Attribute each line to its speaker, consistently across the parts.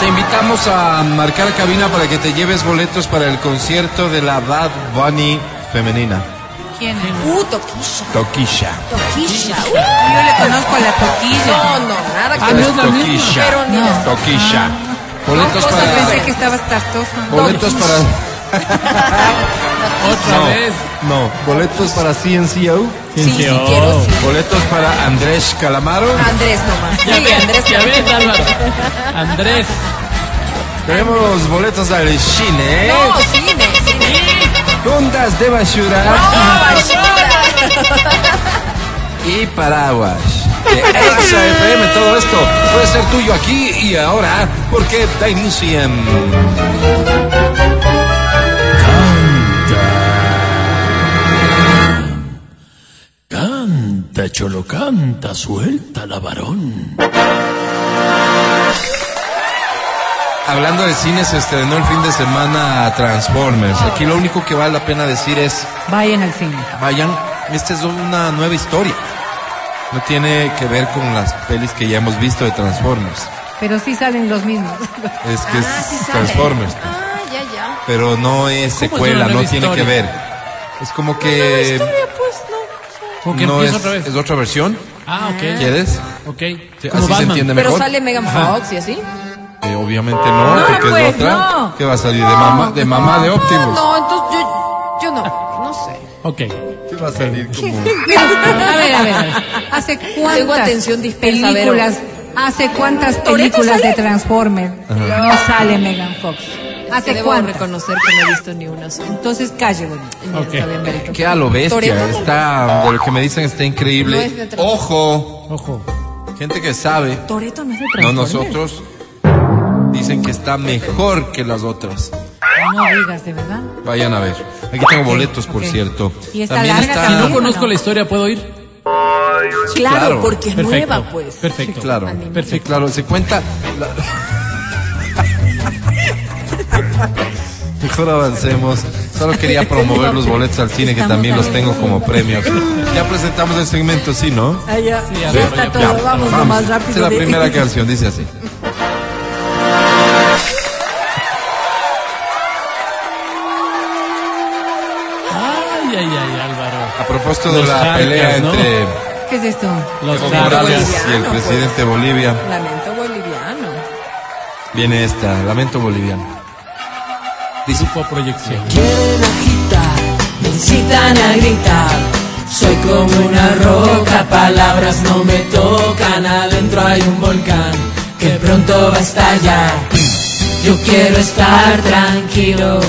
Speaker 1: Te invitamos a marcar cabina para que te lleves boletos para el concierto de la Bad Bunny femenina,
Speaker 2: ¿Quién es?
Speaker 3: Uh, toquilla.
Speaker 1: Toquisha.
Speaker 3: Toquilla. Uh,
Speaker 2: Yo le conozco a la
Speaker 3: No,
Speaker 2: toquilla.
Speaker 3: no, nada
Speaker 4: Ah,
Speaker 3: que
Speaker 4: no
Speaker 3: ver.
Speaker 4: es la misma.
Speaker 1: Toquisha.
Speaker 3: Pero ni de-
Speaker 1: Toquisha. Boletos
Speaker 3: No, cosa
Speaker 1: para
Speaker 2: Pensé que estabas tartosa.
Speaker 1: boletos para
Speaker 4: Otra
Speaker 1: no,
Speaker 4: vez.
Speaker 1: no, boletos para CNCO,
Speaker 3: Sí, sí,
Speaker 4: Yo.
Speaker 3: quiero, sí.
Speaker 1: boletos para Andrés Calamaro.
Speaker 2: Ah.
Speaker 3: Andrés nomás.
Speaker 4: Ya
Speaker 3: Sí, Andrés.
Speaker 4: ves, ya ves, Álvaro. Andrés.
Speaker 1: Tenemos boletos al cine, ¿eh?
Speaker 3: No, cine, cine.
Speaker 1: juntas de basura
Speaker 3: No, basura.
Speaker 1: y paraguas. De Exa FM, todo esto puede ser tuyo aquí y ahora, porque da inicio en...
Speaker 5: Canta, cholo, canta, suelta la varón.
Speaker 1: Hablando de cine, se estrenó el fin de semana Transformers. Aquí lo único que vale la pena decir es,
Speaker 2: Vayan al cine.
Speaker 1: vayan, esta es una nueva historia. No tiene que ver con las pelis que ya hemos visto de Transformers.
Speaker 2: Pero sí salen los mismos.
Speaker 1: Es que
Speaker 3: Ah, sí
Speaker 1: es
Speaker 3: sale.
Speaker 1: Transformers,
Speaker 3: Ah, ya, ya.
Speaker 1: pero
Speaker 4: ¿Cómo
Speaker 1: no es
Speaker 4: es una
Speaker 1: secuela, no
Speaker 4: nueva
Speaker 1: tiene que
Speaker 4: historia?
Speaker 1: ver. Es como que
Speaker 3: Historia, pues, no.
Speaker 4: Como que
Speaker 1: no es,
Speaker 4: empieza otra vez.
Speaker 1: es otra versión.
Speaker 4: Ah, ok.
Speaker 1: ¿Quieres?
Speaker 4: Ok.
Speaker 1: Sí,
Speaker 4: Como
Speaker 1: así se
Speaker 4: Batman.
Speaker 1: entiende
Speaker 3: Pero
Speaker 1: mejor.
Speaker 3: sale Megan Fox y así.
Speaker 1: Eh, obviamente no,
Speaker 2: No,
Speaker 1: porque es
Speaker 2: pues,
Speaker 1: otra
Speaker 2: no.
Speaker 1: que va a salir de mamá, de mamá de
Speaker 3: No,
Speaker 1: Optimus.
Speaker 3: no, entonces yo, yo no, no sé.
Speaker 4: Ok.
Speaker 1: Que va a salir como
Speaker 2: A ver, a ver. a ver. ¿Hace
Speaker 3: Tengo
Speaker 2: cuántas
Speaker 3: atención dispersa, Vero.
Speaker 2: películas? ¿Hace cuántas
Speaker 3: ¿Toreto
Speaker 2: películas
Speaker 3: sale?
Speaker 2: de Transformers no sale Megan Fox?
Speaker 3: Que
Speaker 2: ¿Hace
Speaker 3: debo
Speaker 2: cuántas?
Speaker 3: reconocer que no he visto ni una sola.
Speaker 2: Entonces calle, bonito.
Speaker 3: Ya
Speaker 4: Ok.
Speaker 3: está bien, Berito.
Speaker 1: Queda lo bestia,
Speaker 3: Toreto, ¿no?
Speaker 1: está, de lo que me dicen está
Speaker 3: No
Speaker 1: increíble.
Speaker 3: es de Transformers.
Speaker 1: Ojo,
Speaker 4: Ojo.
Speaker 1: gente que sabe,
Speaker 3: Toreto no es de
Speaker 1: no
Speaker 3: Transformers.
Speaker 1: nosotros, dicen que está mejor que las otras.
Speaker 2: No digas, de verdad.
Speaker 1: Vayan a ver. Aquí tengo boletos, por
Speaker 2: ok.
Speaker 1: cierto.
Speaker 2: Y está larga
Speaker 4: Si no
Speaker 2: también.
Speaker 4: conozco la historia, ¿puedo ir?
Speaker 3: Claro,
Speaker 1: Claro.
Speaker 3: porque es
Speaker 4: Perfecto.
Speaker 3: nueva, pues.
Speaker 4: Perfecto.
Speaker 1: Sí, claro.
Speaker 3: Animal.
Speaker 1: Sí, claro, se cuenta. la- Mejor avancemos. Solo quería promover los boletos al cine, que también los tengo como premios. Ya presentamos el segmento, ¿sí, no?
Speaker 2: Ah, ya.
Speaker 4: a
Speaker 2: Ya
Speaker 4: ver,
Speaker 2: está
Speaker 4: ya,
Speaker 2: todo, vamos, lo más rápido.
Speaker 1: Esta es la
Speaker 2: de-
Speaker 1: primera
Speaker 3: este.
Speaker 1: canción, dice así.
Speaker 4: Ay, ay, ay, Álvaro.
Speaker 1: A propósito de
Speaker 4: Los
Speaker 1: la
Speaker 4: Jarcas,
Speaker 1: pelea
Speaker 4: ¿no?
Speaker 1: entre
Speaker 2: ¿Qué es esto?
Speaker 4: Los
Speaker 1: Evo
Speaker 4: Jarcas.
Speaker 1: Morales y el
Speaker 3: Boliviano,
Speaker 1: presidente de Bolivia,
Speaker 3: Lamento boliviano.
Speaker 1: viene esta, Lamento Boliviano. Dice,
Speaker 4: Grupo Proyección.
Speaker 6: Quieren agitar, me incitan a gritar. Soy como una roca, palabras no me tocan. Adentro hay un volcán que pronto va a estallar. Yo quiero estar tranquilo.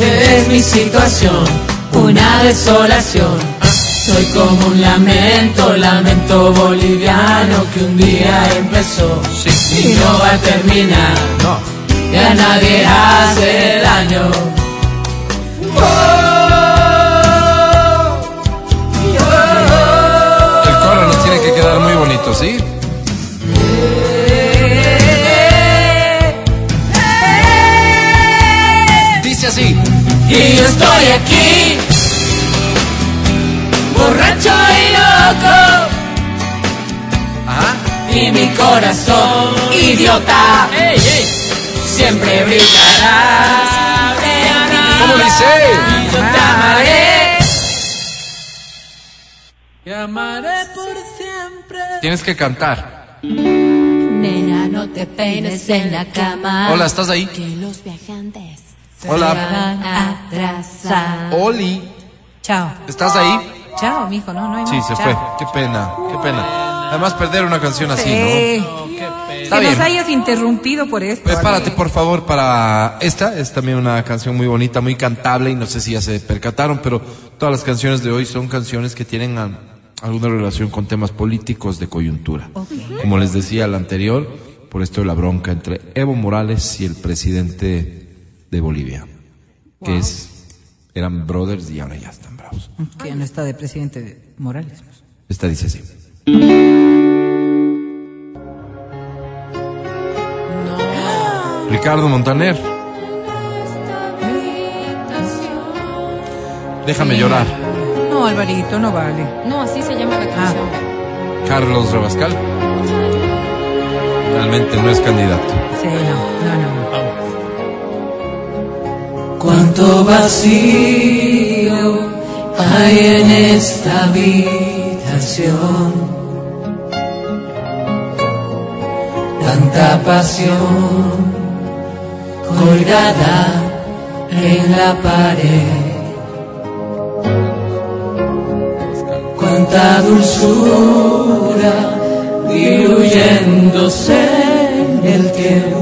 Speaker 6: Es mi situación, una desolación. Soy como un lamento, lamento boliviano que un día empezó y no va a terminar. Ya nadie hace daño.
Speaker 1: el coro nos tiene que quedar muy bonito, ¿sí? Dice así.
Speaker 6: Y yo estoy aquí, borracho y loco,
Speaker 1: Ajá.
Speaker 6: y mi corazón, idiota, siempre brillará.
Speaker 1: ¿Cómo dice?
Speaker 6: Yo te amaré.
Speaker 1: Tienes que cantar.
Speaker 7: Nena, no te peines en la cama.
Speaker 1: Hola, ¿estás ahí?
Speaker 7: Que los viajantes
Speaker 1: Hola.
Speaker 7: van a atrasar.
Speaker 1: Oli,
Speaker 2: Chao.
Speaker 1: ¿estás ahí?
Speaker 2: Chao, mijo. No, no hay
Speaker 1: Sí,
Speaker 2: más.
Speaker 1: se
Speaker 2: Chao.
Speaker 1: fue. Qué pena, qué pena. Además, perder una canción así, ¿no?
Speaker 2: Eh,
Speaker 1: Está
Speaker 2: que nos
Speaker 1: bien.
Speaker 2: hayas interrumpido por esto.
Speaker 1: Prepárate Eh, por favor para esta, es también una canción muy bonita, muy cantable y no sé si ya se percataron, pero todas las canciones de hoy son canciones que tienen al- alguna relación con temas políticos de coyuntura. Como les decía la anterior, por esto de la bronca entre Evo Morales y el presidente de Bolivia, que es eran brothers y ahora ya están bravos.
Speaker 2: Que no está de presidente Morales.
Speaker 1: Esta dice así. Ricardo Montaner. Déjame llorar.
Speaker 2: No, Alvarito, no vale.
Speaker 3: No, así se llama la
Speaker 7: Ah.
Speaker 3: canción.
Speaker 1: Carlos Rabascal. Realmente no es candidato.
Speaker 2: Sí, no, no, no.
Speaker 6: Cuánto vacío hay en esta habitación. Tanta pasión colgada en la pared. Cuánta dulzura diluyéndose en el tiempo.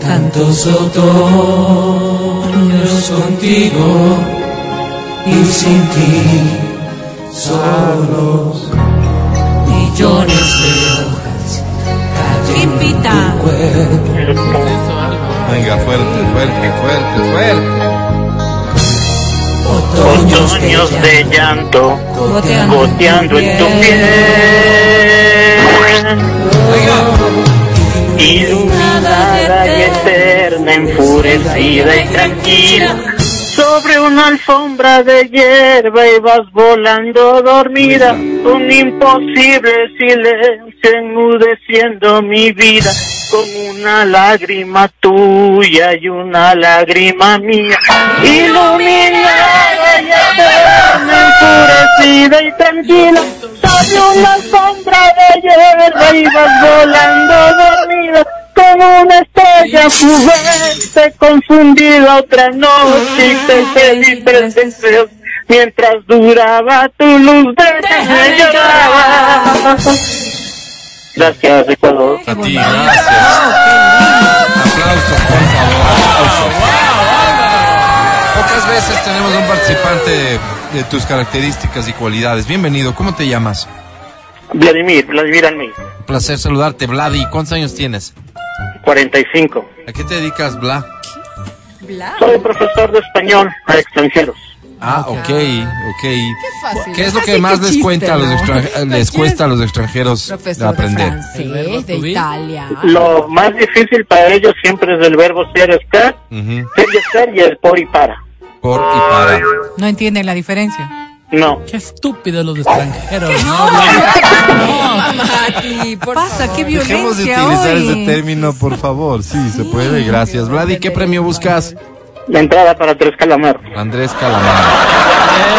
Speaker 6: tantos otoños contigo y sin ti solos millones de hojas
Speaker 2: Ah,
Speaker 6: caen en
Speaker 2: Chimpita.
Speaker 6: tu cuerpo
Speaker 1: Venga, fuerte, fuerte, fuerte, fuerte.
Speaker 6: otoños de
Speaker 8: Otoños de llanto
Speaker 2: Goteando en tu
Speaker 8: goteando en tu piel. Iluminada y eterna, enfurecida y tranquila. Sobre una alfombra de hierba y vas volando dormida. Un imposible silencio enmudeciendo mi vida. Con una lágrima tuya y una lágrima mía. Iluminada y eterna, enfurecida y tranquila. Sobre una alfombra de hierba y vas volando dormida. Como una estrella fuerte, confundida otra noche y te pedí tres deseos. Mientras duraba tu luz, déjame llorar. Gracias, Ecuador.
Speaker 1: A ti, gracias. Aplausos, por favor. aplausos. Pocas veces tenemos un participante de tus características y cualidades. Bienvenido, ¿cómo te llamas?
Speaker 8: Vladimir, Vladimir Almey,
Speaker 1: Un placer saludarte, Vladi. ¿Cuántos años tienes?
Speaker 8: 45.
Speaker 1: ¿A qué te dedicas, Bla?
Speaker 8: Soy profesor de español a extranjeros.
Speaker 1: Ah, ok, ok. Qué,
Speaker 3: fácil.
Speaker 1: es lo que
Speaker 3: Ay,
Speaker 1: más
Speaker 3: qué
Speaker 1: les
Speaker 3: chiste,
Speaker 1: cuenta a los
Speaker 3: ¿no?
Speaker 1: extranjeros, les cuesta a los extranjeros
Speaker 3: Profesor de
Speaker 1: aprender?
Speaker 4: El verbo
Speaker 7: francés, de
Speaker 4: to be.
Speaker 7: Italia.
Speaker 8: Lo más difícil para ellos siempre es el verbo ser, estar,
Speaker 1: Ujú.
Speaker 8: ser y estar y el por y para.
Speaker 1: Por y para.
Speaker 2: No entienden la diferencia.
Speaker 8: No.
Speaker 4: Qué estúpido los extranjeros. No, no,
Speaker 3: Mati, por
Speaker 2: Pasa,
Speaker 3: favor.
Speaker 2: qué
Speaker 1: Dejemos de
Speaker 2: violencia
Speaker 1: utilizar
Speaker 2: hoy.
Speaker 1: ese término, por favor. Sí, se puede. Gracias. Vladi, ¿qué premio buscas?
Speaker 8: La entrada para tres calamares.
Speaker 1: Andrés Calamar.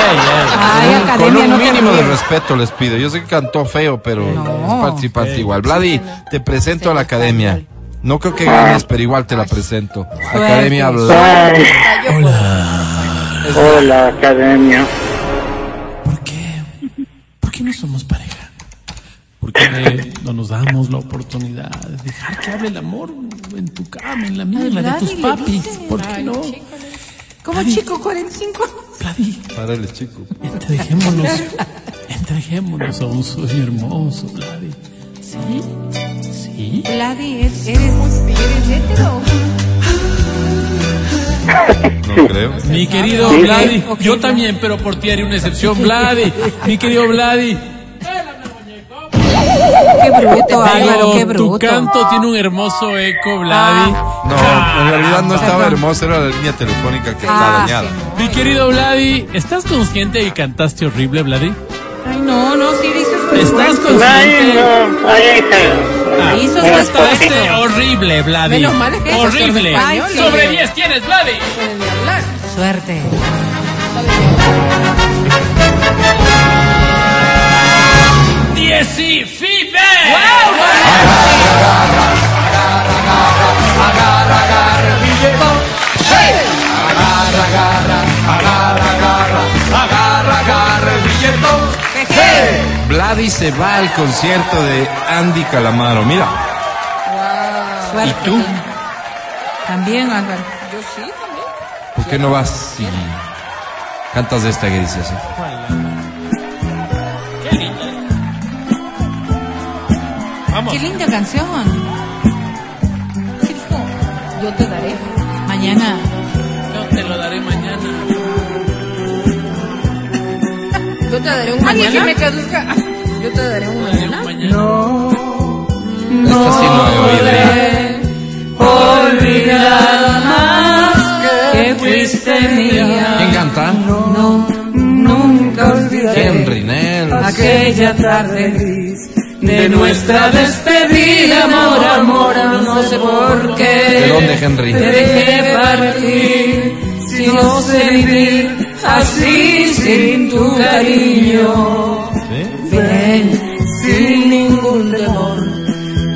Speaker 4: Ey, ey.
Speaker 2: Ay,
Speaker 1: Con un- con
Speaker 2: academia,
Speaker 1: un
Speaker 2: no te
Speaker 1: mínimo de
Speaker 2: ríes.
Speaker 1: respeto les pido. Yo sé que cantó feo, pero
Speaker 2: No.
Speaker 1: es participante igual. Vladi, te presento a la academia. No creo que ganes, pero igual te la presento. Academia Bla.
Speaker 8: Ay, hola, academia.
Speaker 5: ¿Por qué? ¿Por qué no somos pareja? ¿Por qué no nos damos la oportunidad de dejar que hable el amor en tu cama, en la mía, en la de tus papis? ¿Por qué no?
Speaker 2: Como chico, 45.
Speaker 5: Vladi,
Speaker 1: Párale, chico.
Speaker 5: Entreguémonos, entreguémonos a un sueño hermoso, Vladi. ¿Sí? ¿Sí?
Speaker 2: Vladi, eres, eres-
Speaker 1: No creo.
Speaker 4: Mi querido
Speaker 8: Sí.
Speaker 4: Vladi, yo también, pero por ti haré una excepción, Vladi. Mi querido Vladi,
Speaker 2: Qué bruto, Álvaro, qué
Speaker 4: digo, tu
Speaker 2: bruto.
Speaker 4: canto tiene un hermoso eco, Vladi. Ah.
Speaker 1: No, en realidad no estaba hermosa, era la línea telefónica que está
Speaker 2: Ah,
Speaker 1: dañada.
Speaker 4: Mi querido Vladi, ¿estás consciente que cantaste horrible, Vladi?
Speaker 2: Ay, no, no, sí, dices
Speaker 4: ¿Estás
Speaker 8: Ay,
Speaker 4: consciente?
Speaker 8: no, ay,
Speaker 2: Ay,
Speaker 8: ay,
Speaker 2: eso
Speaker 8: ay.
Speaker 2: es
Speaker 8: Ay,
Speaker 2: bastante.
Speaker 4: Cantaste horrible, Vladi.
Speaker 3: Menos mal que
Speaker 4: Horrible.
Speaker 3: esos son españoles.
Speaker 4: Sobre 10 tienes, Vladi.
Speaker 2: Suerte.
Speaker 4: ¡Diecifibe!
Speaker 1: Vladi se va al concierto de Andy Calamaro. Mira, ¿y
Speaker 2: Suerte.
Speaker 1: tú?
Speaker 2: También, Álvaro.
Speaker 1: ¿Por qué no vas y cantas de esta que dice así?
Speaker 2: Qué linda canción. ¿Qué dijo?
Speaker 7: Yo te daré.
Speaker 2: Mañana.
Speaker 4: Yo te lo daré mañana.
Speaker 3: Yo te daré un mañana. que me traduzca. Yo te daré un mañana.
Speaker 4: Mañana.
Speaker 1: Esta sí no he oído.
Speaker 2: Qué
Speaker 6: bella tarde gris de nuestra despedida, amor, amor, no sé por qué.
Speaker 1: ¿De dónde, Henry?
Speaker 6: Te dejé partir, si no sé vivir así sin tu cariño. Ven, sin ningún temor,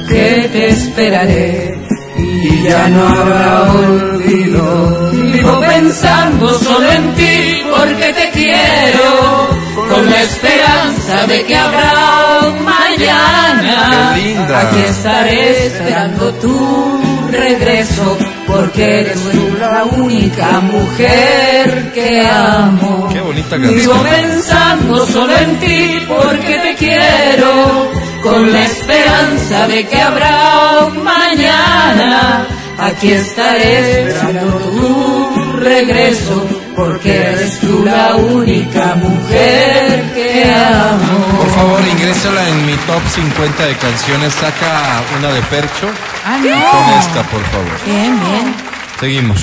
Speaker 6: que te esperaré y ya no habrá olvido. Vivo pensando solo en ti porque te quiero, con la esperanza de que habrá un mañana.
Speaker 1: Qué linda.
Speaker 6: Aquí estaré esperando tu regreso porque eres tú la única mujer que amo.
Speaker 1: Qué bonita
Speaker 6: Vivo
Speaker 1: canción.
Speaker 6: pensando solo en ti porque te quiero, con la esperanza de que habrá un mañana. Aquí estaré esperando tu regreso, porque eres tú la única mujer que amo.
Speaker 1: Por favor, ingrésala en mi top 50 de canciones. Saca una de Percho.
Speaker 2: Ah,
Speaker 1: Con
Speaker 2: no.
Speaker 1: esta, por favor.
Speaker 2: Bien, bien.
Speaker 1: Seguimos.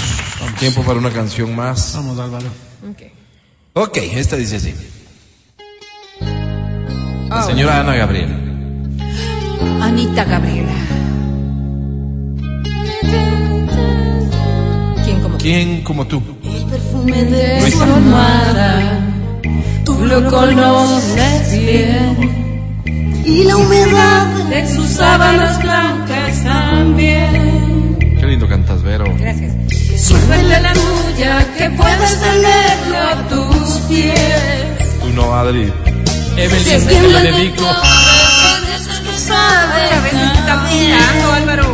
Speaker 1: Tiempo para una canción más.
Speaker 5: Vamos, Álvaro.
Speaker 1: Ok, esta dice así. La señora Ana Gabriel.
Speaker 3: Anita Gabriela. ¿Quién como
Speaker 1: ¿Quién como tú?
Speaker 6: Perfume de su almohada, tú lo conoces bien. Y la humedad de sus sábanas blancas también.
Speaker 1: Qué lindo cantas, Vero.
Speaker 2: Gracias.
Speaker 6: Súbele la tuya que puedes tenerlo a tus pies.
Speaker 1: Tú no, Adri.
Speaker 6: Si
Speaker 4: Evelyn,
Speaker 6: es
Speaker 4: te
Speaker 6: quien
Speaker 4: lo
Speaker 6: la
Speaker 4: dedico.
Speaker 6: dejó, es que sabe
Speaker 3: Mirando, Álvaro.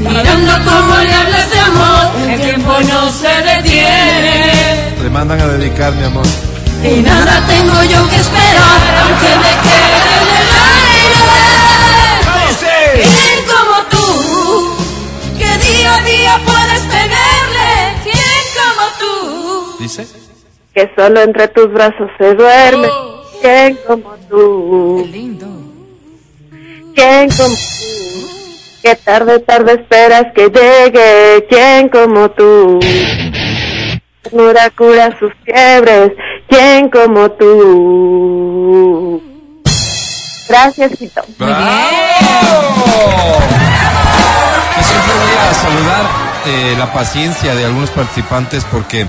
Speaker 6: Mirando cómo le hablas de amor, el tiempo no se detiene.
Speaker 1: Le mandan a dedicar, mi amor.
Speaker 6: Y nada tengo yo que esperar, aunque me quede en el aire. ¿Quién como tú? Que día a día puedes tenerle. ¿Quién como tú?
Speaker 1: ¿Dice?
Speaker 8: Que solo entre tus brazos se duerme. ¿Quién como tú?
Speaker 2: Oh. Qué lindo.
Speaker 8: ¿Quién como tú? Que tarde, tarde esperas que llegue. ¿Quién como tú? Ternura cura sus fiebres. ¿Quién como tú? Gracias, Quito.
Speaker 1: ¡Bravo! Que siempre voy a saludar eh, la paciencia de algunos participantes porque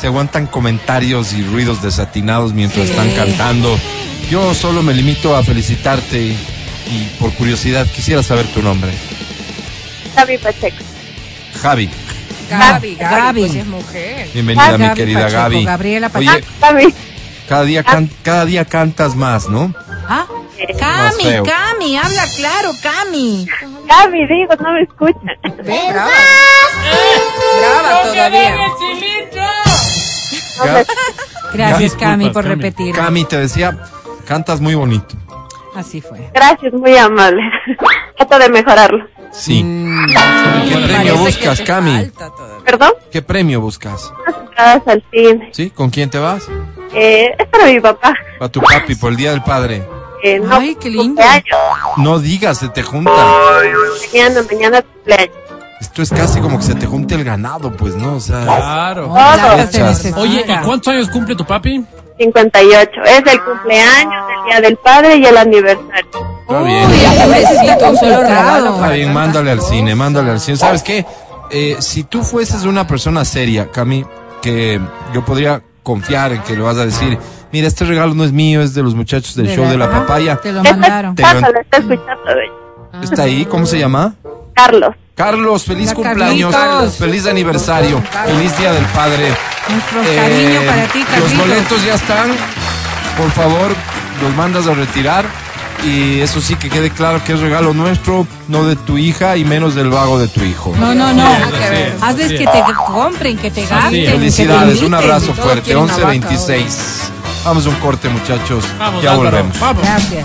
Speaker 1: se aguantan comentarios y ruidos desatinados mientras están cantando. Yo solo me limito a felicitarte y, y por curiosidad quisiera saber tu nombre.
Speaker 8: Javi Pacheco.
Speaker 1: Javi,
Speaker 3: Gaby, Gaby,
Speaker 2: Gaby.
Speaker 3: pues es mujer.
Speaker 1: bienvenida
Speaker 2: Ah,
Speaker 1: mi
Speaker 2: Gaby
Speaker 1: querida
Speaker 2: Pacheco,
Speaker 1: Gaby.
Speaker 2: Gabriela
Speaker 8: Ah,
Speaker 2: Pacheco.
Speaker 1: Oye,
Speaker 8: Javi.
Speaker 1: cada día, can- cada día cantas más, ¿no?
Speaker 2: Ah,
Speaker 1: Más feo.
Speaker 2: Cami, Cami, habla claro, Cami.
Speaker 8: Javi, digo, no me escuchan.
Speaker 3: Ve, brava. Brava todavía.
Speaker 1: Ga-
Speaker 2: Gracias,
Speaker 5: Disculpas,
Speaker 2: Cami, por
Speaker 5: Cami.
Speaker 2: repetir.
Speaker 1: Cami te decía, cantas muy bonito.
Speaker 2: Así fue.
Speaker 8: Gracias, muy amable. Trato de mejorarlo.
Speaker 1: Sí. ¿Qué premio
Speaker 3: Parece que
Speaker 1: buscas,
Speaker 3: te
Speaker 1: Cami?
Speaker 3: falta todavía.
Speaker 8: ¿Perdón?
Speaker 1: ¿Qué premio buscas?
Speaker 8: Unas entradas al cine.
Speaker 1: ¿Sí? ¿Con quién te vas?
Speaker 8: Eh, es para mi papá.
Speaker 1: A tu papi por el Día del Padre.
Speaker 8: Eh, no,
Speaker 2: Ay, qué lindo.
Speaker 8: Cumpleaños.
Speaker 1: No digas, se te junta.
Speaker 8: Mañana, mañana cumpleaños.
Speaker 1: Esto es casi como que se te junte el ganado, pues, ¿no? O sea,
Speaker 4: Claro.
Speaker 2: Hola, se
Speaker 1: Gracias.
Speaker 2: necesita.
Speaker 4: Oye, ¿y cuántos años cumple tu papi?
Speaker 8: 58. Es el cumpleaños, el día del padre y el aniversario.
Speaker 1: está
Speaker 3: Uy,
Speaker 1: bien.
Speaker 3: a veces está un solo regalo.
Speaker 1: Está
Speaker 3: para
Speaker 1: bien,
Speaker 3: tantas
Speaker 1: mándale al
Speaker 3: cosas.
Speaker 1: cine, mándale al cine. ¿Sabes qué? Eh, si tú fueses una persona seria, Cami, que yo podría confiar en que le vas a decir, mira, este regalo no es mío, es de los muchachos del
Speaker 2: De
Speaker 1: show de la
Speaker 2: verdad,
Speaker 1: papaya.
Speaker 2: Te lo
Speaker 8: Está
Speaker 2: mandaron.
Speaker 8: escuchando, lo está escuchando. eh.
Speaker 1: ¿Está ahí? ¿Cómo se llama?
Speaker 8: Carlos.
Speaker 1: Carlos, feliz
Speaker 2: Hola,
Speaker 1: cumpleaños,
Speaker 2: Carlitos.
Speaker 1: feliz aniversario, feliz día del padre.
Speaker 2: Nuestro
Speaker 1: Eh,
Speaker 2: cariño para ti,
Speaker 1: Los
Speaker 2: Carlitos.
Speaker 1: boletos ya están. Por favor, los mandas a retirar. Y eso sí que quede claro que es regalo nuestro, no de tu hija y menos del vago de tu hijo.
Speaker 2: No, no, no.
Speaker 4: Así es,
Speaker 2: Hazles
Speaker 4: así
Speaker 2: que
Speaker 4: es.
Speaker 2: te compren, que te gasten. que te
Speaker 1: Felicidades, un
Speaker 2: inviten.
Speaker 1: abrazo
Speaker 3: todo
Speaker 1: fuerte,
Speaker 3: quiere una vaca
Speaker 1: 1126. Vamos a un corte, muchachos.
Speaker 4: Vamos,
Speaker 1: ya
Speaker 4: Álvaro,
Speaker 1: volvemos.
Speaker 4: Vamos.
Speaker 2: Gracias.